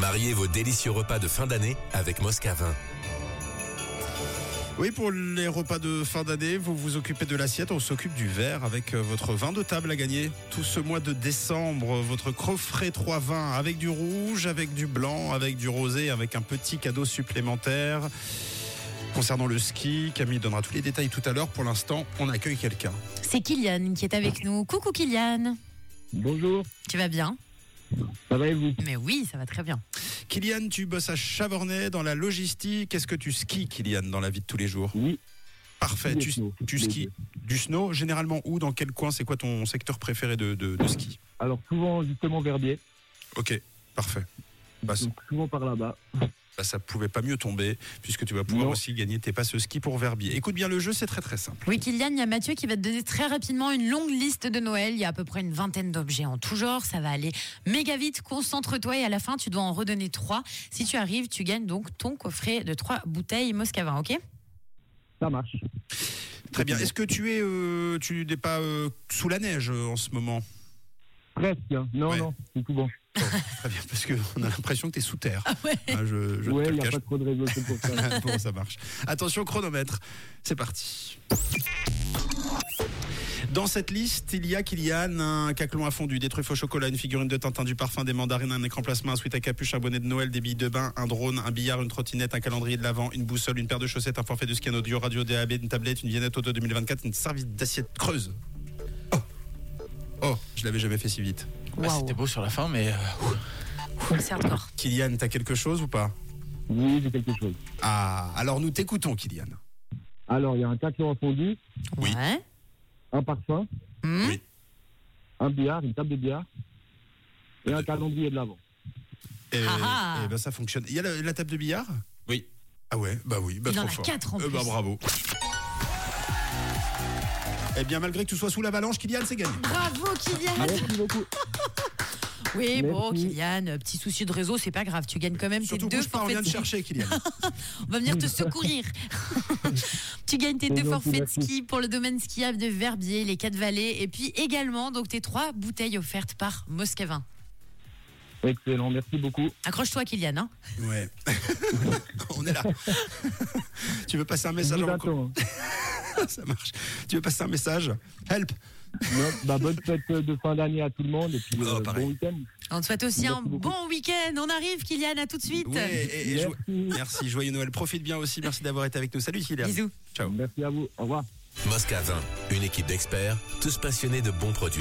Mariez vos délicieux repas de fin d'année avec Moscavin. Oui, pour les repas de fin d'année, vous vous occupez de l'assiette, on s'occupe du verre avec euh, votre vin de table à gagner. Tout ce mois de décembre, euh, votre coffret 3 vins avec du rouge, avec du blanc, avec du rosé, avec un petit cadeau supplémentaire. Concernant le ski, Camille donnera tous les détails tout à l'heure. Pour l'instant, on accueille quelqu'un. C'est Kylian qui est avec nous. Coucou Kylian, Bonjour, tu vas bien ça va et vous Mais oui, ça va très bien. Kylian, tu bosses à Chavornay dans la logistique. Est-ce que tu skis, Kylian, dans la vie de tous les jours Oui. Parfait. Oui, Tu, snow. tu Les skis deux. du snow, généralement où, dans quel coin C'est quoi ton secteur préféré de- de- de ski Alors souvent justement Verbier, Ok, parfait. Bah, c- donc souvent par là-bas. bah, ça pouvait pas mieux tomber, puisque tu vas pouvoir Non. aussi gagner tes passes ski pour Verbier. Écoute bien le jeu, c'est très très simple. Oui Kylian, il y a Mathieu qui va te donner très rapidement une longue liste de Noël. Il y a à peu près une vingtaine d'objets en tout genre. Ça va aller méga vite. Concentre-toi et à la fin, tu dois en redonner trois. Si tu arrives, tu gagnes donc ton coffret de trois bouteilles Moscavin, ok Ça marche. Très bien. Est-ce que tu es, euh, tu n'es pas euh, sous la neige euh, en ce moment Presque. hein. Non, Ouais. non, c'est tout bon. Très bien, parce qu'on a l'impression que tu es sous terre. Hein, je je ouais, te il le n'y a cache. pas trop de réseau, c'est pour ça. bon, ça marche. Attention, chronomètre. C'est parti. Dans cette liste, il y a Kylian, un caclon à fondu, des truffes au chocolat, une figurine de Tintin, du parfum, des mandarines, un écran plasma, un sweat à capuche, un bonnet de Noël, des billes de bain, un drone, un billard, une trottinette, un calendrier de l'avant, une boussole, une paire de chaussettes, un forfait de scan audio, radio DAB, une tablette, une viennette auto 2024, une serviette d'assiette creuse. Oh, oh je l'avais jamais fait si vite. Ah, C'était beau sur la fin, mais euh, c'est hardcore. Kylian, t'as quelque chose ou pas Oui, j'ai quelque chose. Ah, alors nous t'écoutons, Kylian. Alors, il y a un caclon à fondu, Oui. Ouais. un parfum, Hmm Oui. un billard, une table de billard et Euh, un calendrier de l'avant. Et, Ah ah. et ben ça fonctionne. Il y a la, la table de billard Oui. Ah ouais, bah oui, bah Il en trop a fort. quatre en Eh ben plus. bravo. Eh bien, malgré que tu sois sous l'avalanche, Kylian, c'est gagné. Bravo Ah, Kylian Merci beaucoup. Oui, bon Merci. Kylian, euh, petit souci de réseau, c'est pas grave. Tu gagnes quand même Surtout tes deux bouge pas, on vient forfaits de chercher, Kylian. On va venir te secourir. tu gagnes tes C'est deux gentil, forfaits de merci. ski pour le domaine skiable de Verbier, les Quatre Vallées, et puis également donc tes trois bouteilles offertes par Moscavin. Excellent, merci beaucoup. Accroche-toi, Kylian. hein. ouais. on est là. tu veux passer un Je message vous avant qu'on- attends. hein. Ça marche. Tu veux passer un message Help Ouais, bah, bonne fête de fin d'année à tout le monde et puis Oh, euh, pareil. bon week-end. On te souhaite aussi un Merci beaucoup. bon week-end. On arrive, Kylian, à tout de suite. Ouais, et- et jo- Merci. Merci, joyeux Noël. Profite bien aussi. Merci d'avoir été avec nous. Salut, Kylian. Bisous. Ciao. Merci à vous. Au revoir. Moscavin, une équipe d'experts, tous passionnés de bons produits.